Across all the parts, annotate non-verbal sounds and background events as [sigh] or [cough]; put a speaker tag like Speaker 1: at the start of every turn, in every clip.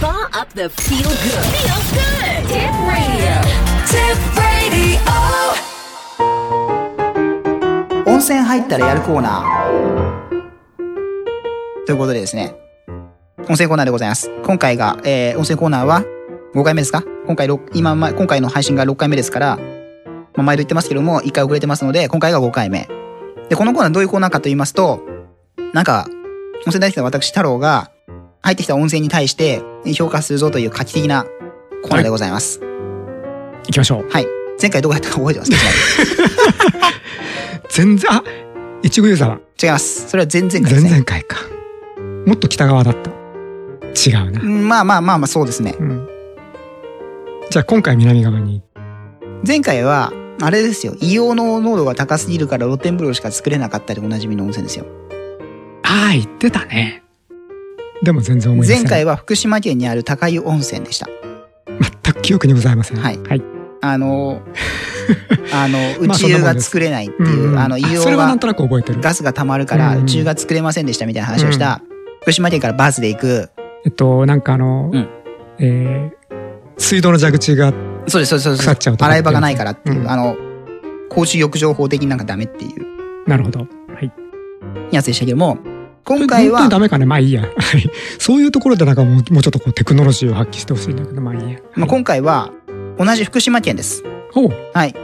Speaker 1: Power up the feel good. Feel good. Tip radio.
Speaker 2: 温泉入ったらやるコーナー。ということでですね。温泉コーナーでございます。今回が、えー、温泉コーナーは5回目ですか今回6、今、ま今回の配信が6回目ですから、まあ、毎度言ってますけども、1回遅れてますので、今回が5回目。で、このコーナーどういうコーナーかと言いますと、なんか、温泉大好きな私太郎が、入ってきた温泉に対して評価するぞという画期的なコーナーでございます。
Speaker 3: 行きましょう。
Speaker 2: はい。前回どこやったか覚えてますか
Speaker 3: 全然、あ、越後湯沢。
Speaker 2: 違います。それは前々回です
Speaker 3: 前
Speaker 2: ね。
Speaker 3: 々回か。もっと北側だった。違うな。
Speaker 2: うんまあまあまあまあ、そうですね。
Speaker 3: うん。じゃあ今回南側に。
Speaker 2: 前回は、あれですよ。硫黄の濃度が高すぎるから露天風呂しか作れなかったりおなじみの温泉ですよ。
Speaker 3: ああ、行ってたね。でも全然思い出せ
Speaker 2: 前
Speaker 3: ない。
Speaker 2: 回は福島県にある高湯温泉でした。
Speaker 3: 全く記憶にございません。
Speaker 2: はい
Speaker 3: はい。
Speaker 2: あ
Speaker 3: [laughs]
Speaker 2: の、あの、
Speaker 3: ま
Speaker 2: 宇
Speaker 3: あそん
Speaker 2: 宙
Speaker 3: なもん
Speaker 2: が
Speaker 3: です
Speaker 2: 作れないって
Speaker 3: う
Speaker 2: い
Speaker 3: んう
Speaker 2: う、
Speaker 3: ん
Speaker 2: あの、硫
Speaker 3: それ
Speaker 2: 黄
Speaker 3: はなん
Speaker 2: が
Speaker 3: となく覚えてる。
Speaker 2: ガスが溜まるから
Speaker 3: うんうん
Speaker 2: 宇宙が作れませんでしたみたいな話をした、福島県からバスで行く、
Speaker 3: えっと、なんかあの、
Speaker 2: うん
Speaker 3: えー水道の蛇口が、
Speaker 2: そうです、そうです、そ
Speaker 3: 腐
Speaker 2: う
Speaker 3: っ
Speaker 2: で
Speaker 3: ちゃ
Speaker 2: す
Speaker 3: う。とか
Speaker 2: 洗い場がないからっていう、
Speaker 3: うん
Speaker 2: あの、公衆浴場法的になんかダメっていう
Speaker 3: なるほど。はい。
Speaker 2: やつでしたけども、今回は
Speaker 3: 本当に、ダメかねまあいいや。はいそういうところでなんかもうもうちょっとこうテクノロジーを発揮してほしいんだけど、まあいいや。
Speaker 2: まあ、今回は同じ福島県です。
Speaker 3: おう
Speaker 2: はい。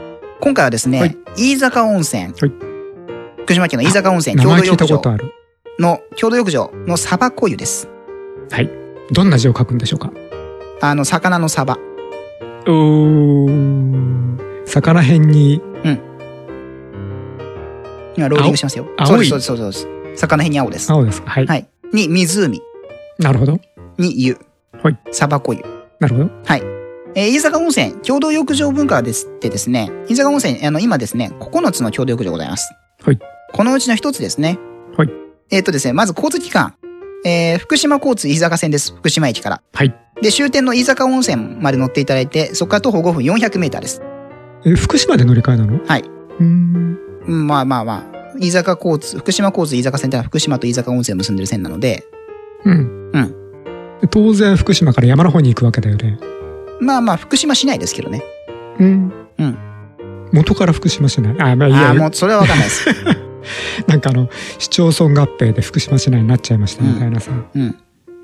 Speaker 2: 今回はですね、
Speaker 3: はい
Speaker 2: 飯坂温泉、福島県の飯坂温泉、
Speaker 3: 名
Speaker 2: 郷
Speaker 3: 前
Speaker 2: 土
Speaker 3: 聞い
Speaker 2: 浴
Speaker 3: たこ
Speaker 2: 場
Speaker 3: とある。
Speaker 2: の、郷土浴場のサバ小湯です。
Speaker 3: どんな字を書くんでしょうか
Speaker 2: あの、魚のサバ。
Speaker 3: うー魚辺に、
Speaker 2: 今、ローリングしますよ。
Speaker 3: 青
Speaker 2: そうです、
Speaker 3: 青
Speaker 2: そうです、
Speaker 3: い
Speaker 2: そうです。そうです魚辺に青です。
Speaker 3: 青ですかはい。
Speaker 2: はい。に、湖。
Speaker 3: なるほど。
Speaker 2: に湯。
Speaker 3: はい。
Speaker 2: サバ小湯。
Speaker 3: なるほど。
Speaker 2: はい。えー飯坂温泉、共同浴場文化ですってですね、飯坂温泉、あの、今ですね、9つの共同浴場ございます。
Speaker 3: はい。
Speaker 2: このうちの一つですね。
Speaker 3: はい。
Speaker 2: えっ、とですね、まず交通機関。えー福島交通飯坂線です。福島駅から。
Speaker 3: はい。
Speaker 2: で、終点の飯坂温泉まで乗っていただいて、そこから徒歩5分400メーターです。
Speaker 3: え、福島で乗り換えなの
Speaker 2: はい。
Speaker 3: うーん。
Speaker 2: うんまあまあまあ。飯坂交通、福島交通飯坂線ってのは福島と飯坂温泉を結んでる線なので、
Speaker 3: うん。
Speaker 2: う
Speaker 3: 当然福島から山の方に行くわけだよね。
Speaker 2: まあまあ、福島市内ですけどね。
Speaker 3: うん。
Speaker 2: うん。
Speaker 3: 元から福島市内。あ、まあいい
Speaker 2: あ
Speaker 3: や
Speaker 2: あ、。もうそれはわかんない
Speaker 3: [laughs]
Speaker 2: です。
Speaker 3: なんかあの、市町村合併で福島市内になっちゃいましたみたいなさ。
Speaker 2: うん。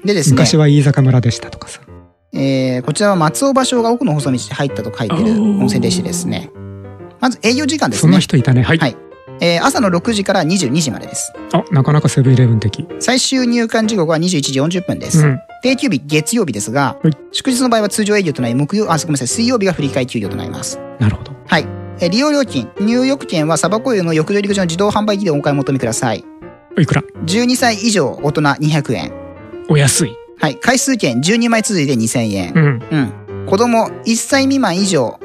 Speaker 2: でですね。
Speaker 3: 昔は飯坂村でしたとかさ。
Speaker 2: えーこちらは松尾芭蕉が奥の細道で入ったと書いてる温泉でしてですね。まず営業時間です
Speaker 3: そんな
Speaker 2: ね。
Speaker 3: 人いたね。はい。
Speaker 2: はいえー朝の6時から22時までです。
Speaker 3: あ、なかなかセブンイレブン的。
Speaker 2: 最終入館時刻は21時40分で
Speaker 3: う
Speaker 2: す。
Speaker 3: ん。
Speaker 2: 定休日月曜日ですが、
Speaker 3: はい
Speaker 2: 祝日の場合は通常営業となり、木曜、あ、ごめんなさい、水曜日が振り替え休業となります。
Speaker 3: なるほど。
Speaker 2: はい。えー利用料金、入浴券はサバコ湯の浴場入り口の自動販売機でお買い求めください。
Speaker 3: おいくら
Speaker 2: 12歳以上大人200円。
Speaker 3: お安い。
Speaker 2: はい。回数券12枚続いて2000円。
Speaker 3: うん。
Speaker 2: うん。子供1歳未満以上、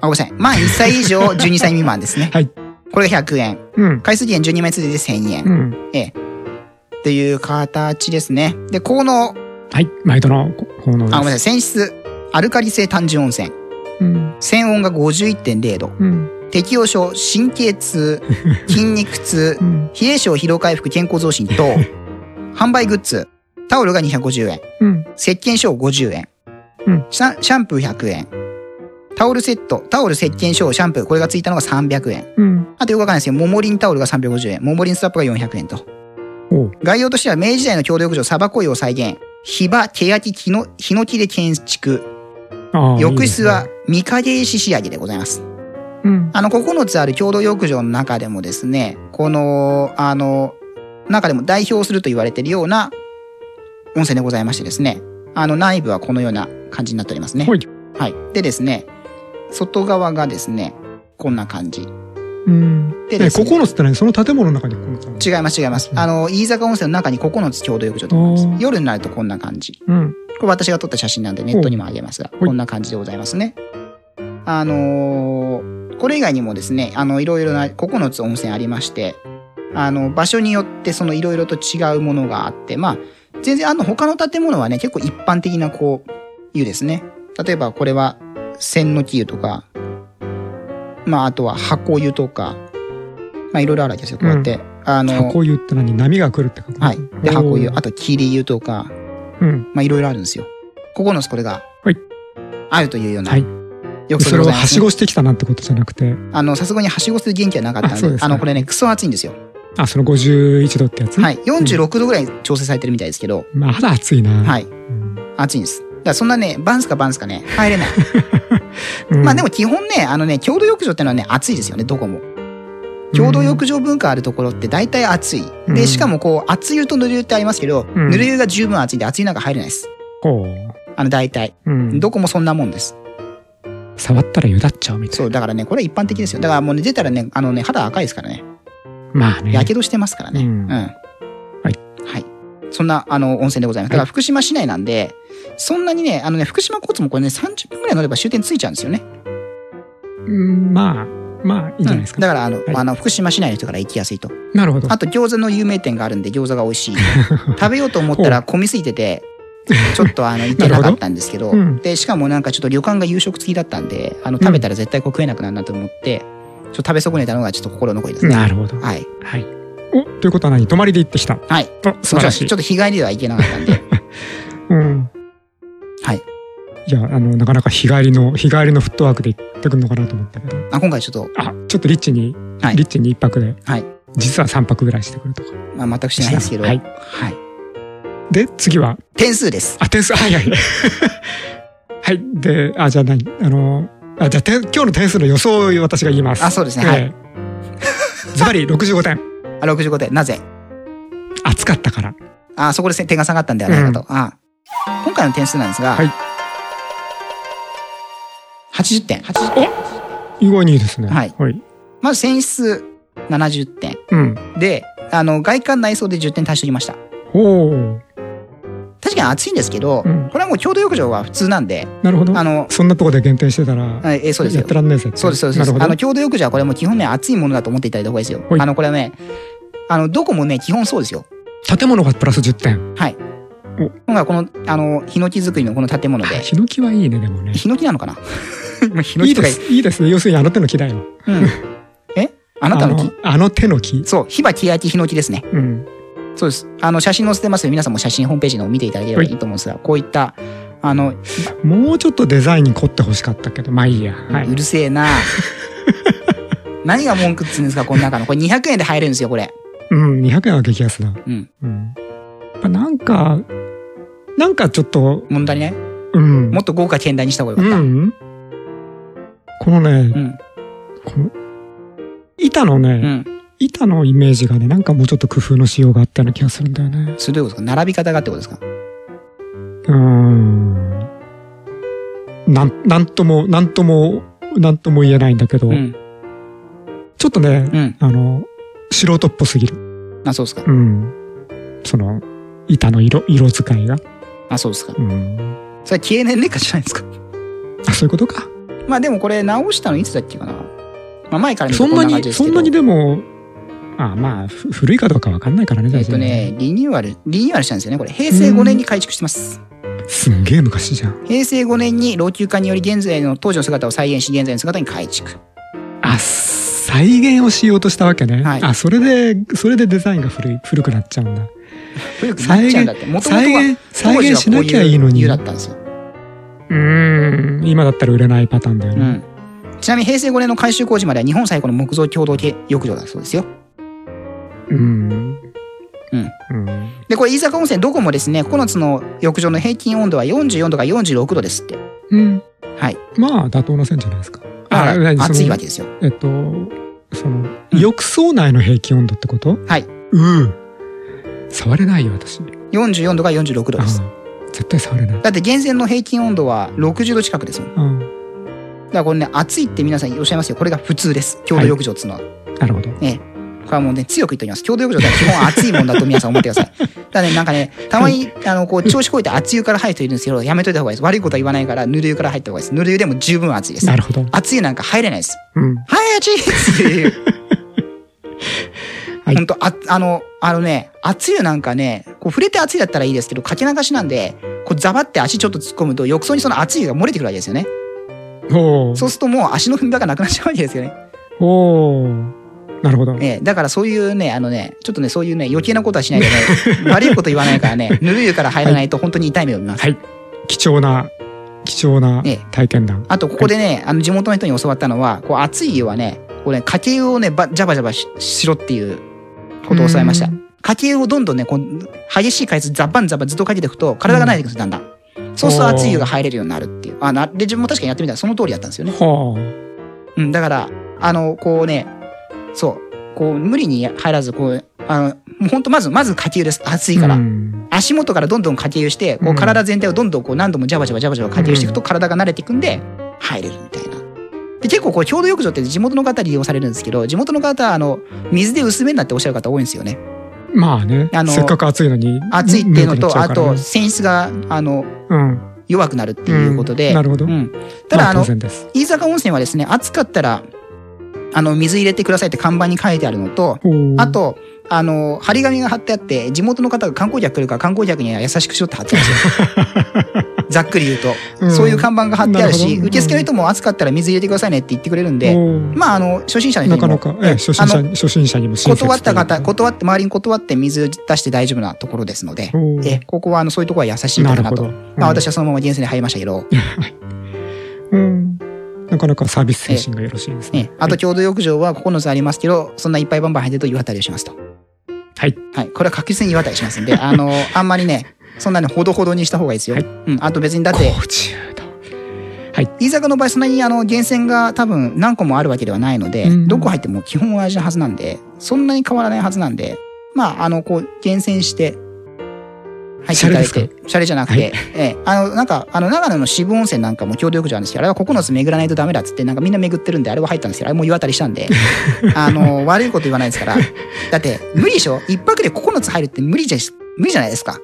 Speaker 2: あ、ごめんなさい。満1歳以上
Speaker 3: [laughs]
Speaker 2: 12歳未満ですね。
Speaker 3: はい。
Speaker 2: これが100円。
Speaker 3: うん。
Speaker 2: 回数券12枚ついて1000円、
Speaker 3: うん。
Speaker 2: っていう形ですね。で、効能、
Speaker 3: はい。毎度の効能です。
Speaker 2: あ、ごめんなさい。泉質、アルカリ性単純温泉。
Speaker 3: うん。
Speaker 2: 泉温が51.0度。
Speaker 3: うん。
Speaker 2: 適応症、神経痛、
Speaker 3: [laughs]
Speaker 2: 筋肉痛
Speaker 3: う、ん。
Speaker 2: 冷え症、疲労回復、健康増進
Speaker 3: [laughs]
Speaker 2: と、販売グッズ、タオルが250円、
Speaker 3: うん。
Speaker 2: 石鹸ショー50円、
Speaker 3: うん
Speaker 2: シャンシャンプー100円、タオルセット、タオル、石鹸ショー、シャンプー、これがついたのが300円。
Speaker 3: うん。
Speaker 2: あとよくわかんないですけど、モモリンタオルが350円、モモリンストラップが400円と。
Speaker 3: おう。
Speaker 2: 概要としては明治時代の郷土浴場、サバコイを再現。ヒバ、ケヤキ、ヒノ、ヒノキで建築。
Speaker 3: ああ。
Speaker 2: 浴室はい
Speaker 3: いで
Speaker 2: 御影石仕上げでございます。
Speaker 3: すね。うん。
Speaker 2: あの、9つある郷土浴場の中でもですね、この、あの、中でも代表すると言われているような温泉でございましてですね、あの、内部はこのような感じになっておりますね。
Speaker 3: はい。
Speaker 2: はい。でですね、外側がですね、こんな感じ。
Speaker 3: うん。
Speaker 2: で
Speaker 3: で、
Speaker 2: ですね
Speaker 3: 9つってね、その建物の中にこの
Speaker 2: 違います違います。あの、飯坂温泉の中に9つ郷土浴場と思い
Speaker 3: お
Speaker 2: ま
Speaker 3: ー
Speaker 2: す。夜になるとこんな感じ。
Speaker 3: うん。
Speaker 2: これ私が撮った写真なんでネットにもあげますが、
Speaker 3: い
Speaker 2: こんな感じでございますね。あのーこれ以外にもですね、あの、いろいろな9つ温泉ありまして、あの、場所によってそのいろいろと違うものがあって、まあ、全然あの、他の建物はね、結構一般的なこう、湯ですね。例えばこれは、千の木湯とか、まあ、あとは箱湯とか、まあ、いろいろあるわけですよ、こうやって。あの、
Speaker 3: 箱湯って何波が来るってこと
Speaker 2: はい。で、箱湯、
Speaker 3: おう
Speaker 2: あと霧湯とか、
Speaker 3: うん。
Speaker 2: まあ、いろいろあるんですよ。 9つこれが
Speaker 3: はい
Speaker 2: あるというような
Speaker 3: はい
Speaker 2: 欲
Speaker 3: そ
Speaker 2: 求で
Speaker 3: れ
Speaker 2: ござ
Speaker 3: を
Speaker 2: いま
Speaker 3: は
Speaker 2: す
Speaker 3: し
Speaker 2: ね、
Speaker 3: ごしてきたなんてことじゃなくて、
Speaker 2: あの、さすがにはしごする元気はなかった
Speaker 3: あ
Speaker 2: ん
Speaker 3: そ
Speaker 2: で、
Speaker 3: う
Speaker 2: あ
Speaker 3: ですか
Speaker 2: の、これね、クソ暑いんですよ。
Speaker 3: あ、その51度ってやつ、
Speaker 2: はい。46度ぐらい調整されてるみたいですけど、
Speaker 3: まだ暑いな。
Speaker 2: はい。
Speaker 3: うん
Speaker 2: 暑いんです。だからそんなね、バンスかバンスかね、入れない。
Speaker 3: [laughs] うん
Speaker 2: まあでも基本ね、あのね、共同浴場ってのはね、暑いですよね、どこも。共同浴場文化あるところって大体暑い。
Speaker 3: うん
Speaker 2: で、しかもこう、熱湯とぬる湯ってありますけど、
Speaker 3: うん
Speaker 2: ぬる湯が十分暑いんで、熱湯なんか入れないです。
Speaker 3: こ
Speaker 2: あの、大体。
Speaker 3: う、うん、
Speaker 2: どこもそんなもんです。
Speaker 3: 触ったらゆだっちゃうみたいな。
Speaker 2: そう、だからね、これは一般的ですよ。だからもうね、出たらね、あのね、肌赤いですからね。
Speaker 3: まあね。
Speaker 2: やけどしてますからね。
Speaker 3: う
Speaker 2: うんん。はい。はい。そんな、あの、温泉でございます。だから福島市内なんで、そんなにね、あのね、福島交通もこれね、30分くらい乗れば終点ついちゃうんですよね。
Speaker 3: うんまあ、まあいいんじゃないです
Speaker 2: うん
Speaker 3: か。
Speaker 2: だから、あの、
Speaker 3: い
Speaker 2: あの福島市内の人から行きやすいと。
Speaker 3: なるほど。
Speaker 2: あと餃子の有名店があるんで餃子が美味し
Speaker 3: [laughs]
Speaker 2: い。食べようと思ったら混みすぎてて、ちょっとあの、行けなかったんですけど、
Speaker 3: なるほどうん
Speaker 2: で、しかもなんかちょっと旅館が夕食付きだったんで、あの、食べたら絶対こう食えなくなるなと思って、ちょっと食べ損ねたのがちょっと心残りですね。
Speaker 3: なるほど。
Speaker 2: はい。
Speaker 3: はい。おということは何泊まりで行ってきた。
Speaker 2: はい。
Speaker 3: お素
Speaker 2: もち
Speaker 3: 晴
Speaker 2: ろ
Speaker 3: ら
Speaker 2: ん、
Speaker 3: し
Speaker 2: ちょ
Speaker 3: い
Speaker 2: っ。と日帰りでは行けなかったん
Speaker 3: [laughs]
Speaker 2: で、
Speaker 3: うん。
Speaker 2: はい。
Speaker 3: いや、あの、なかなか日帰りの、日帰りのフットワークで行ってくるのかなと思ったけど。
Speaker 2: あ今回ちょっと、
Speaker 3: あ、ちょっとリッチに、
Speaker 2: はい
Speaker 3: リッチに一泊で。
Speaker 2: はい
Speaker 3: 実は三泊ぐらいしてくるとか。
Speaker 2: まあ、全くしてないですけど、
Speaker 3: はい
Speaker 2: はい。
Speaker 3: で、次は、
Speaker 2: 点数です。
Speaker 3: あ、点数、はいはい。 [laughs] はい。で、あ、じゃあ何あの、あ、じゃあ点、今日の点数の予想を私が言います。
Speaker 2: あそうですねはい
Speaker 3: ええ。ズバリ65点。
Speaker 2: あ、65点。なぜ
Speaker 3: 暑かったから。
Speaker 2: あ、そこで点が下がったんではないかと。あ今回の点数なんですが、
Speaker 3: はい
Speaker 2: 80点。
Speaker 3: 意外にいいですね。
Speaker 2: はいまず選出70点。
Speaker 3: うん。
Speaker 2: で、あの、外観内装で10点足しておきました。
Speaker 3: おー。
Speaker 2: 確かに暑いんですけど、
Speaker 3: うん
Speaker 2: これはもう共同浴場は普通なんで、
Speaker 3: なるほど
Speaker 2: あ。の、
Speaker 3: そんなとこで限定してたら、
Speaker 2: はいえーそうです
Speaker 3: や
Speaker 2: よ
Speaker 3: って。らんねえぜって
Speaker 2: そうです、そうです。
Speaker 3: なるほ
Speaker 2: あの、
Speaker 3: ど。
Speaker 2: 共同浴場はこれはもう基本ね、暑いものだと思っていただいた方がいいですよ
Speaker 3: ほ。い
Speaker 2: あの、これはね、あの、どこもね、基本そうですよ。
Speaker 3: 建物がプラス10点。
Speaker 2: はい
Speaker 3: お。
Speaker 2: 今回この、あの、ヒノキ作りのこの建物で、
Speaker 3: ヒノキはいいね、でもね。
Speaker 2: ヒノキなのか [laughs] なまあヒノ
Speaker 3: い
Speaker 2: キ
Speaker 3: い
Speaker 2: と
Speaker 3: で
Speaker 2: か、
Speaker 3: す。いいですね。要するにあの手の木だよ。
Speaker 2: うん。えあなたの木
Speaker 3: ああの手の木。
Speaker 2: そう、ヒバキヤキヒノキですね。
Speaker 3: うん。
Speaker 2: そうです。あの、写真載せてますよ。皆さんも写真ホームページの方見ていただければいいと思うんですが、こういった、あの、。
Speaker 3: もうちょっとデザインに凝ってほしかったけど、まあいいや。はいう
Speaker 2: るせえ [laughs] な何が文句っつうんですか、この中の。これ200円で入れるんですよ、これ。
Speaker 3: うん、200円は激安だ。
Speaker 2: うん。
Speaker 3: うん。やっぱなんか、なんかちょっと、
Speaker 2: 問題ね。
Speaker 3: うん。
Speaker 2: もっと豪華兼題にした方が
Speaker 3: う
Speaker 2: よかっ
Speaker 3: ん。この
Speaker 2: た。う
Speaker 3: ね、
Speaker 2: ん。
Speaker 3: この、板の
Speaker 2: う
Speaker 3: ね、
Speaker 2: ん。
Speaker 3: 板のイメージがね、なんかもうちょっと工夫のしようがあったような気がするんだよね。
Speaker 2: それどういうことですか並び方がってことですか
Speaker 3: うーん。なん、なんとも、なんとも、なんとも言えないんだけど、
Speaker 2: うん。
Speaker 3: ちょっとね、
Speaker 2: うん。
Speaker 3: あの、素人っぽすぎる。
Speaker 2: あ、そうですか。
Speaker 3: うん。その、板の色、色使いが。
Speaker 2: あ、そうですか。
Speaker 3: うん。
Speaker 2: それは経年劣化じゃないですか。
Speaker 3: あ、そういうことか。
Speaker 2: まあでもこれ直したのいつだっけかな。まあ前から見る
Speaker 3: そ
Speaker 2: と
Speaker 3: ん
Speaker 2: こ
Speaker 3: なん
Speaker 2: な感じ
Speaker 3: に、
Speaker 2: です
Speaker 3: そ
Speaker 2: け
Speaker 3: ん
Speaker 2: ど。
Speaker 3: なにでも、あまあ、ふ古いかどうかわかんないからね、
Speaker 2: え
Speaker 3: 大
Speaker 2: っ
Speaker 3: 丈
Speaker 2: と
Speaker 3: 夫
Speaker 2: ね、リニューアル、リニューアルしたんですよね、これ。平成5年に改築してます。
Speaker 3: すんげえ昔じゃん。
Speaker 2: 平成5年に老朽化により現在の当時の姿を再現し、現在の姿に改築。
Speaker 3: あ、再現をしようとしたわけね。
Speaker 2: はい
Speaker 3: あ、それで、それでデザインが古い、古くなっちゃうんだ。
Speaker 2: 古くなっちゃうんだって。もともと
Speaker 3: 再
Speaker 2: は
Speaker 3: 現、
Speaker 2: 当
Speaker 3: 再
Speaker 2: 時
Speaker 3: 現
Speaker 2: は
Speaker 3: し
Speaker 2: こ
Speaker 3: な
Speaker 2: う
Speaker 3: きゃいいの
Speaker 2: いう理
Speaker 3: に。
Speaker 2: 由
Speaker 3: う
Speaker 2: だったんですよ。
Speaker 3: ーん、今だったら売れないパターンだよ
Speaker 2: う
Speaker 3: ね。
Speaker 2: ん。ちなみに平成5年の改修工事までは日本最古の木造共同浴場だそうですよ。
Speaker 3: う
Speaker 2: う
Speaker 3: ん。
Speaker 2: ん。
Speaker 3: うん。
Speaker 2: で、これ、飯坂温泉どこもですね、9つの浴場の平均温度は44度から46度ですって。
Speaker 3: うん。
Speaker 2: はい。
Speaker 3: まあ、妥当な線じゃないですか。
Speaker 2: だから
Speaker 3: 何
Speaker 2: 暑いわ
Speaker 3: そ
Speaker 2: けですよ。
Speaker 3: のえっと、その、浴槽内の平均温度ってこと
Speaker 2: はいう
Speaker 3: ー。触れないよ、私。
Speaker 2: 44度から46度です。
Speaker 3: うん絶対触れない。
Speaker 2: だって源泉の平均温度は60度近くですもん。だ
Speaker 3: うん。
Speaker 2: からこれね、暑いって皆さんおっしゃいますよ。これが普通です。共同浴場っつうのは。
Speaker 3: なるほど。
Speaker 2: これはもうね、強く言っておきます。共同浴場は基本暑いもんだと皆さん思ってください。だからね、なんかね、たまに、あの、こう、調子こいて熱湯から入る人いるんですけど、やめといた方がいいです。悪いことは言わないから、ぬる湯から入った方がいいです。ぬる湯でも十分暑いです
Speaker 3: な。るほど。
Speaker 2: 熱湯なんか入れないです。
Speaker 3: うん。
Speaker 2: はい、熱いっていう。
Speaker 3: はい
Speaker 2: ほんと、あ、あの、あのね、熱湯なんかね、こう、触れて熱いだったらいいですけど、かけ流しなんで、こう、ザバって足ちょっと突っ込むと、浴槽にその熱い湯が漏れてくるわけですよね。
Speaker 3: おー
Speaker 2: そうするともう足の踏み場がなくなっちゃうわけですよね。
Speaker 3: おーなるほど。
Speaker 2: ええ、だからそういうね、あのね、ちょっとね、そういう
Speaker 3: [laughs]
Speaker 2: ね、余計なことはしないでね、悪いこと言わないからね、ぬるいから入らないと本当に痛い目を見ます。
Speaker 3: はい。貴重な、貴重な
Speaker 2: ね
Speaker 3: 体験談。
Speaker 2: あと、ここでね、あの、地元の人に教わったのは、こう、熱い湯はね、こうね、かけ湯をね、ば、ジャバジャバししろっていうことを教わりました
Speaker 3: うん。
Speaker 2: かけ湯をどんどんね、こう、激しい回数、ザバンザバンずっとかけていくと、体が慣れてくるんですよ、だんだん。そうすると熱い湯が入れるようになるっていう。あ、な、で、自分も確かにやってみたらその通りだったんですよね。
Speaker 3: は
Speaker 2: うん、だから、あの、こうね、そう、こう、無理に入らず、こう、あの、もうほんと、まず、まずかけ湯です。熱
Speaker 3: あ。
Speaker 2: いから。
Speaker 3: うん
Speaker 2: 足元からどんどんかけ湯して、こ
Speaker 3: う
Speaker 2: うん体全体をどんどんこう何度もジャバジャバジャバジャバかけ湯していくと体が慣れていくんで、入れるみたいな。で、結構こう、郷土浴場って地元の方利用されるんですけど、地元の方は、あの、水で薄めになっておっしゃる方多いんですよね。
Speaker 3: まあね
Speaker 2: あの。
Speaker 3: せっかく暑いのに。
Speaker 2: 暑いっていうのと、あと、
Speaker 3: ぬ
Speaker 2: 泉質が、あの、
Speaker 3: うん。
Speaker 2: 弱くなるっていうことで。
Speaker 3: うんなるほど
Speaker 2: うん。ただ、
Speaker 3: ま
Speaker 2: あ
Speaker 3: あ当
Speaker 2: の、
Speaker 3: 然です。
Speaker 2: 飯坂温泉はですね、暑かったら、あの、水入れてくださいって看板に書いてあるのと、
Speaker 3: ほう
Speaker 2: あ、と、あの、張り紙が貼ってあって、地元の方が観光客来るから観光客には優しくしろって貼ってあるんです
Speaker 3: [laughs]
Speaker 2: よ。ざっくり言うと。
Speaker 3: うん
Speaker 2: そういう看板が貼ってあるし、
Speaker 3: なるほど
Speaker 2: 受付の人も暑かったら水入れてくださいねって言ってくれるんで、
Speaker 3: ほう
Speaker 2: まあ、あの、初心者の人
Speaker 3: な
Speaker 2: にも
Speaker 3: かなか、ええ、初心
Speaker 2: あ
Speaker 3: 者
Speaker 2: の
Speaker 3: に、初心者にも親切
Speaker 2: 断った方、
Speaker 3: というか
Speaker 2: 断って、周りに断って水出して大丈夫なところですので、
Speaker 3: ほう
Speaker 2: えここはあのそういうところは優しいかなと。
Speaker 3: なるほどうん
Speaker 2: まあ、私はそのまま源泉に入りましたけど、
Speaker 3: うん。なかなかサービス精神がよろしいです
Speaker 2: ね
Speaker 3: ね。、
Speaker 2: あと共同浴場は9つありますけど、そんないっぱいバンバン入ってると湯渡りをしますと。
Speaker 3: はい。
Speaker 2: はい。これは確実に湯渡りしますんで、あの、あんまりね、そんなね、ほどほどにした方がいいですよ。
Speaker 3: はい
Speaker 2: うん。あと別にだって、
Speaker 3: 高知だ。
Speaker 2: 飯坂の場合、そんなにあの、源泉が多分何個もあるわけではないので、
Speaker 3: うん
Speaker 2: どこ入っても基本は同じなはずなんで、そんなに変わらないはずなんで、まあ、あの、こう、厳選して、入っていただい
Speaker 3: シャレ
Speaker 2: て、シャレじゃなくて、ええ、あの、なんか、あの、長野の渋温泉なんかも共同浴場なんですけど、あれは9つ巡らないとダメだっつって、なんかみんな巡ってるんで、あれは入ったんですけど、あれもう湯渡りした
Speaker 3: [laughs]
Speaker 2: んで、あの、悪いこと言わないですから、だって、無理でしょ一泊で9つ入るって無理じゃ、無理じゃないですか。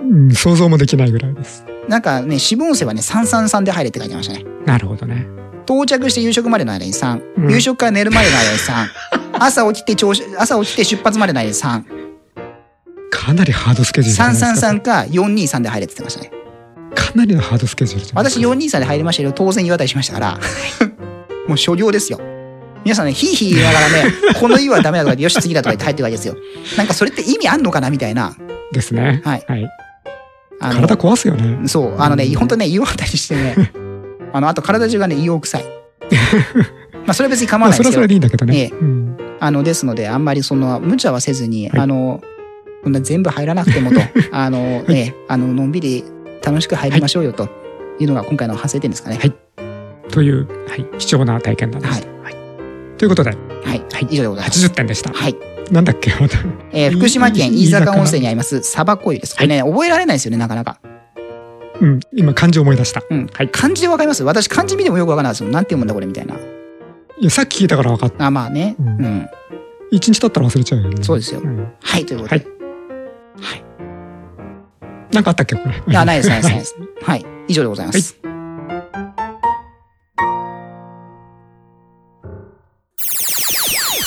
Speaker 3: うん、想像もできないぐらいです。
Speaker 2: なんかね、渋温泉はね、333で入れって書いてましたね。
Speaker 3: なるほどね。
Speaker 2: 到着して夕食までの間に3、
Speaker 3: うん
Speaker 2: 夕食から寝るまでの間に3
Speaker 3: [laughs]
Speaker 2: 朝起きて朝食朝起きて出発までの間に3
Speaker 3: かなりハードスケジュールじゃないですか。
Speaker 2: 333か423で入れって言ってましたね
Speaker 3: かなりのハードスケジュールじゃないです
Speaker 2: 私
Speaker 3: か。
Speaker 2: 423で入りましたけど当然湯渡りしましたからもう所業ですよ皆さんねヒーヒー言いながら
Speaker 3: [laughs]
Speaker 2: ねこの湯はダメだとかよし次だとか言って入ってるわけですよなんかそれって意味あんのかなみたいな
Speaker 3: ですね。
Speaker 2: はい
Speaker 3: はい。
Speaker 2: あの
Speaker 3: 体壊すよね。
Speaker 2: そうあのね本当ね湯渡りして
Speaker 3: [laughs]
Speaker 2: ねあのあと体中がね硫黄臭いまあそれは別に構
Speaker 3: ま
Speaker 2: わ
Speaker 3: あ、
Speaker 2: ない
Speaker 3: そ
Speaker 2: で
Speaker 3: れは
Speaker 2: す
Speaker 3: そ
Speaker 2: よ
Speaker 3: れでいいんだけど
Speaker 2: ええ
Speaker 3: ね。うん
Speaker 2: あの、ですので、あんまりその、無茶はせずに、
Speaker 3: はい
Speaker 2: あの、こんな全部入らなくてもと、 [laughs] あの、ね、あの、のんびり楽しく入りましょうよというのが今回の反省点ですかね。
Speaker 3: はいという、はい、貴重な体験談でした。はいということで、
Speaker 2: はい。はい。以上でございます。
Speaker 3: 80点でした。
Speaker 2: はい。
Speaker 3: なんだっけ、 [laughs] また。
Speaker 2: えー
Speaker 3: い
Speaker 2: 福島県
Speaker 3: いい
Speaker 2: 飯坂温泉にあります、サバコ湯です。これね、覚えられないですよね、なかなか。
Speaker 3: うん、今、漢字思い出した。
Speaker 2: うん。
Speaker 3: はい
Speaker 2: 漢字でわかります私、漢字見てもよくわからないですよ。なんて読むんだ、これ、みたいな。
Speaker 3: いや、さっき聞いたから分かった。
Speaker 2: あ、まあね。う。
Speaker 3: うんん一日経ったら忘れちゃうよね。
Speaker 2: そうですよ
Speaker 3: ん
Speaker 2: はい、ということ
Speaker 3: は
Speaker 2: で
Speaker 3: い。。なんかあったっけ、これ。
Speaker 2: いや、ないです、ないです、ないです。はい。以上でございます。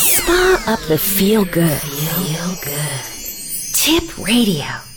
Speaker 1: Spa up the feel good. Feel good. Tip radio.